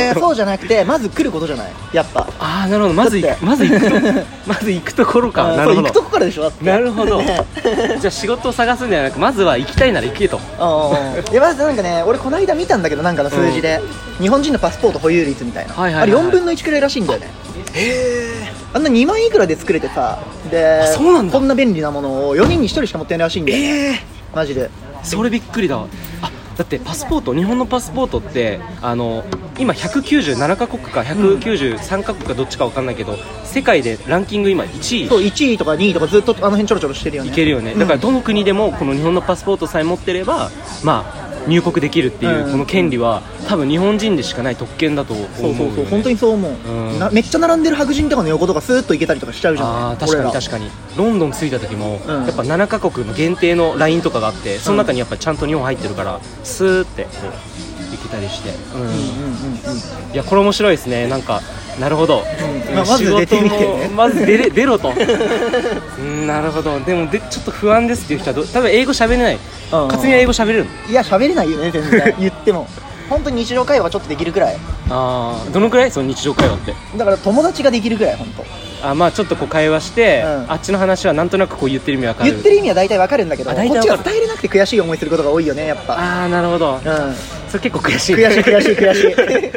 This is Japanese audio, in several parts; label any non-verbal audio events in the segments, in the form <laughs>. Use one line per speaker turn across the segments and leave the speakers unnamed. やそうじゃなくてまず来ることじゃないやっぱ
ああなるほどまず
だっ
行く
て
まず行くと <laughs> まず行くところ
う
か
ん
な
そう
る
行
ほ
くと
ど
こからでしょだって
なるほど
ね
じゃあ仕事を探すんじゃなくまずは行きたいなら行けと
うんいやまずなんかね俺この間見たんだけどなんかの数字で、日本人のパスポート保有率みたいな、
はいはいはい
あれ4分の1くらいらしいんだよね
へえ
あんな2万いくらで作れてさで
あそうなんだ
こんな便利なものを4人に1人しか持ってないらしいんだよ、ね、
ええ
マジで
それびっくりだわあだってパスポート日本のパスポートってあの今197カ国か193カ国かどっちかわかんないけど世界でランキング今1位
そう1位とか2位とかずっとあの辺ちょろちょろしてるよね
いけるよねだからどの国でもこの日本のパスポートさえ持ってればまあ入国できるっていう
うん
この権利は多分日本人でしかない特権だと思う
そうそうそう
よね
本当にそう思う、
うん
なめっちゃ並んでる白人とかの横とかスーッと行けたりとかしちゃうじゃん
あー確かに
俺ら
確かにロンドン着いた時も、
うん
やっぱ7カ国の限定のラインとかがあってその中にやっぱちゃんと日本入ってるからスーってこう行けたりして、うん
うんうんうんうん
いやこれ面白いですねなんかなるほど、
まあまず出てみてね
仕事も <laughs> まず出れ出ろとうんなるほどでもでちょっと不安ですっていう人はど多分英語喋れない
うん
勝美は英語喋れるの
いや喋れないよね全
<laughs>
然言っても本当に日常会話がちょっとできるくらい
ああどのくらいその日常会話って
だから友達ができるくらい本
あまあちょっとこう会話して、
うん
あっちの話はなんとなくこう言ってる意味わ
当
かる
言ってる意味は大体わかるんだけど
あ
こ
大体
っ
わ
ち
かる
が伝えれなくて悔しい思いすることが多いよねやっぱ
ああなるほど
うん
それ結構悔しい
悔しい悔しい悔しい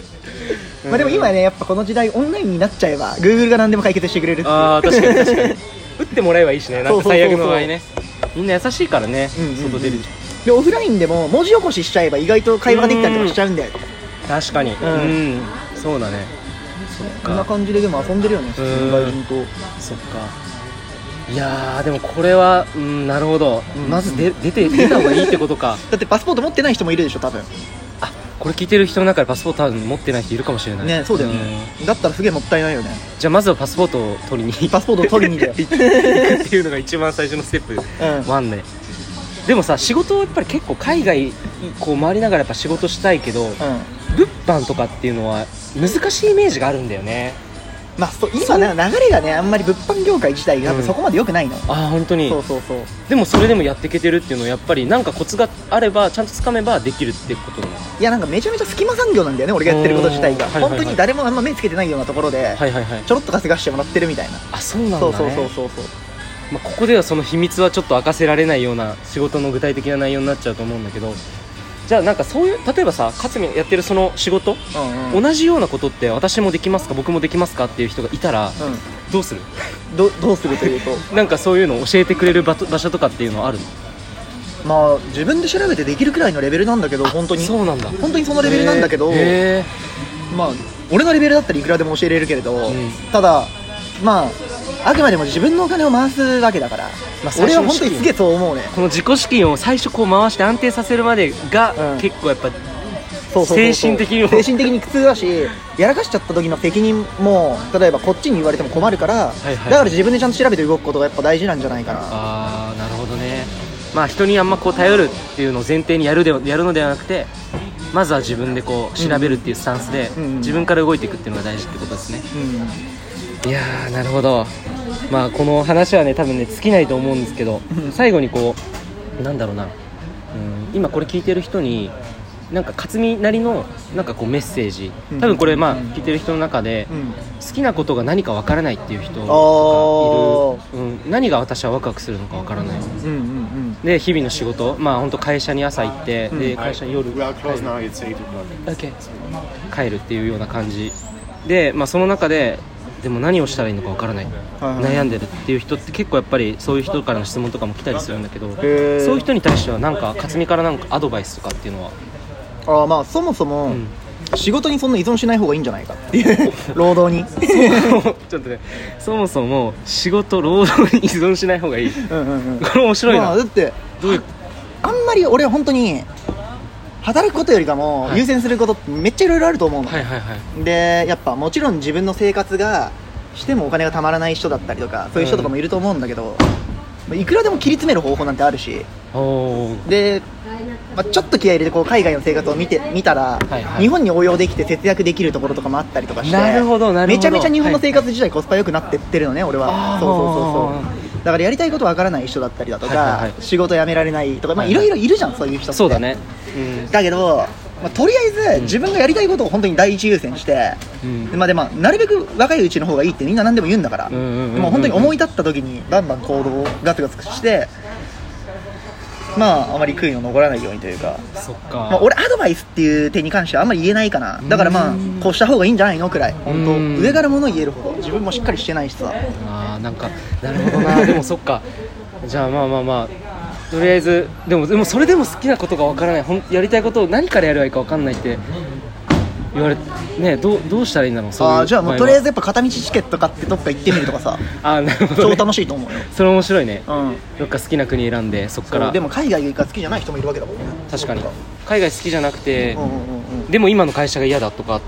まあでも今ねやっぱこの時代オンラインになっちゃえば Google が何でも解決してくれるっていう
<laughs> ああ確かに確かに <laughs> 打ってもらえばいいしねなんか最悪の場合ねみんな優しいからね、
うんうんうん
外出る
<laughs> でオフラインでも文字起こししちゃえば意外と会話ができたりとかしちゃうんだよ
確かにうんん、そうだね
こんな感じででも遊んでるよね普通に外人と
そっかいやーでもこれはうんなるほど、
うん
まずで出て出た方がいいってことか <laughs>
だってパスポート持ってない人もいるでしょ多分
あこれ聞いてる人の中でパスポート多分持ってない人いるかもしれない
ねそうだよねだったらすげえもったいないよね
うんじゃあまずはパスポートを取りに行く
パスポートを取りに行
行 <laughs> くっていうのが一番最初のステップ
うん
ワンででもさ仕事はやっぱり結構海外こう回りながらやっぱ仕事したいけど、
うん
物販とかっていうのは難しいイメージがあるんだよね
まあ、そう今ね流れがねあんまり物販業界自体が多分
うん
そこまで良くないの、
ああ本当に
そうそうそう
でもそれでもやっていけてるっていうのはやっぱりなんかコツがあればちゃんとつかめばできるってことなの
いやなんかめちゃめちゃ隙間産業なんだよね俺がやってること自体が、
おーはいはいはい
本当に誰もあんま目つけてないようなところで、
はいはいはい
ちょろっと稼がしてもらってるみたいな
あそうなんだ、ね、
そうそうそうそうそう
まあ、ここではその秘密はちょっと明かせられないような仕事の具体的な内容になっちゃうと思うんだけどじゃあなんかそういう例えばさ勝美がやってるその仕事、
うんうん
同じようなことって私もできますか僕もできますかっていう人がいたら
う
どうする
ん、どどうするというと
なんかそういうのを教えてくれる場と場所とかっていうのはあるの
まあ自分で調べてできるくらいのレベルなんだけど本当に
そうなんだ
本当にそのレベルなんだけど、
へ
まあ俺のレベルだったらいくらでも教えれるけれど、
ん
ただまああくまでも自分のお金を回すわけだから、
まあ最
俺
初
は
の
本
資
当
金
にすげえそう思うね
ーこの自己資金を最初こう回して安定させるまでが、
うん
結構やっぱ
そうそうそうそう
精神的にも
精神的に苦痛だ
<laughs>
しやらかしちゃった時の責任も例えばこっちに言われても困るから、
いはい
だから自分でちゃんと調べて動くことがやっぱ大事なんじゃないかな
ああなるほどねまあ人にあんまこう頼るっていうのを前提にやるではやるのではなくてまずは自分でこう調べるっていうスタンスで、
うんうん
自分から動いていくっていうのが大事ってことですね
うん
いやーなるほどまあこの話はね多分ね尽きないと思うんですけど
うん
最後にこうなんだろうな、うん、今これ聞いてる人になんか勝美なりのなんかこうメッセージ
うん
多分これまあ聞いてる人の中で
うん
好きなことが何かわからないっていう人と
あ
かいる、うん、何が私はワクワクするのかわからない
うんうん
で日々の仕事まあ本当会社に朝行って、
うん
で会社に夜
We are
帰
closed
る
now. It's 8 o'clock.
OK 帰るっていうような感じで、まあ、その中ででも何をしたらいいのかわからない、
はい
悩んでるっていう人って結構やっぱりそういう人からの質問とかも来たりするんだけどそう
ー
いう人に対してはなんか勝美からなんかアドバイスとかっていう
<laughs>
のは
ああまあそもそも、
ん
仕事にそんな依存しない方がいいんじゃないかって
<laughs>
いう労働に
ちょっとねそもそも仕事労働に依存しない方がいいこ
うんうんうん
れ面白いな、
まあだって
どういう
あんまり俺は本当に働くことよりかも
はい
優先することってめっちゃいろいろあると思うの、
はいはいはい
でやっぱもちろん自分の生活がしてもお金がたまらない人だったりとかそういう人とかもいると思うんだけど、まあいくらでも切り詰める方法なんてあるし
おおー
で、まあ、ちょっと気合い入れてこう海外の生活を見て見たら、
はいはい
日本に応用できて節約できるところとかもあったりとかして
なるほどなるほど
めちゃめちゃ日本の生活自体コスパ良くなってってるのね俺
あ
は
ー
そうそうそうそうだからやりたいことわからない人だったりだとか、
はいはいはい
仕事辞められないとかまあ
はい
い
は
ろ
い
いろいるじゃんそういう人って
そうだね、うん、
だけどまあ、とりあえず自分がやりたいことを本当に第一優先して、
うん
まあ、でまあなるべく若いうちの方がいいってみんな何でも言うんだから、
うんうんうんうんうん
もう本当に思い立った時にバンバン行動をガツガツしてまああまり悔いの残らないようにというか、
そっ
まあ、
か
俺アドバイスっていう点に関してはあんまり言えないかなだからまあ
うん
こうした方がいいんじゃないのくらい本当
うん
上から物言えるほど自分もしっかりしてないしさ
あーなんかなるほどな <laughs> でもそっかじゃあまあまあまあとりあえずでもでもそれでも好きなことがわからないほんやりたいことを何からやればいいかわかんないって言われねどうどうしたらいいんだろうそういう
あーじゃあもうとりあえ
ず
ずやっぱ片道チケット買ってどっか行ってみるとか
<laughs>
さ
あーなるほど、
超
ね、
楽しいと思うよ、
それ面白いね
うん、
どっか好きな国選んでそっか
そ
ら
うでも海外が好きじゃない人もいるわけだもんね
確かに海外好きじゃなくて、
うんうんうんうん
でも今の会社が嫌だとか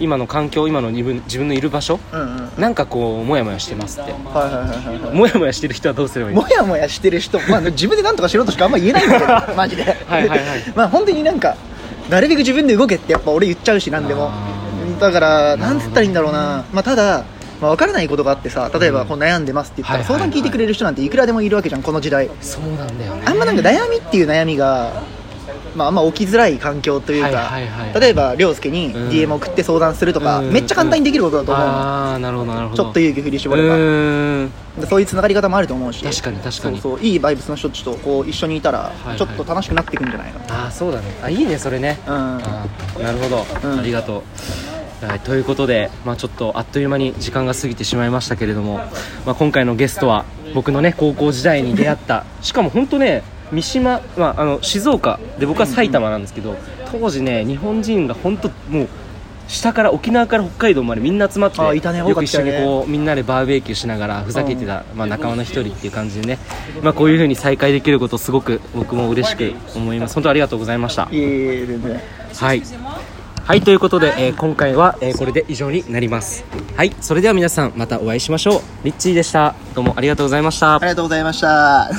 今の環境今の自分自分のいる場所
うんうん
なんかこうモヤモヤしてますって
はいはいはいはいはい
モヤモヤしてる人はどうすればいいの
もやもやしてる人、まあ、自分で何とかしろとしかあんま言えないんだ
<laughs>
けどマジで
はいはいはい
<laughs> まあ本当になんかなるべく自分で動けってやっぱ俺言っちゃうし何でも
あ
だから
なるほど
なんつったらいいんだろうな、まあ、ただ、まあ、分からないことがあってさ例えばこう悩んでますって言った
は
ら
いはいは
相
い
談聞いてくれる人なんていくらでもいるわけじゃんこの時代
そうなんだよね
あんまなんか悩みっていう悩みが、まあ、あんま起きづらい環境というか、
はいはいはい
例えば涼介に DM 送って相談するとか、
うん
めっちゃ簡単にできることだと思うの、
ああなるほどなるほ
ち
ど
ょっと
う
勇気振り絞れば、
ーん
でそういうつながり方もあると思うし
確かに確かに
そうそういいバイブスの人たちとこう一緒にいたら
はい
ちょっと楽しくなっていくんじゃないか
ああそうだねあいいねそれね
な、
あーなるほど、
うん
ありがとう、はい、ということで、まあ、ちょっとあっという間に時間が過ぎてしまいましたけれども、まあ、今回のゲストは僕のね高校時代に出会ったしかも本当ね三島、まあ、あの静岡で僕は埼玉なんですけど、当時ね日本人が本当もう下から沖縄から北海道までみんな集まって
あーいたね多
よ
か
く
っ
一
た
緒
よね
にこうみんなでバーベキューしながらふざけてた、まあ、仲間の一人っていう感じでね、まあ、こういうふうに再会できることすごく僕も嬉しく思います本当ありがとうございました
うん、いえいえ全然
はい。はい、ということで、えー今回は、えーこれで以上になります。はい、それでは皆さん、またお会いしましょう。リッチーでした。どうもありがとうございました
あり。がとうございました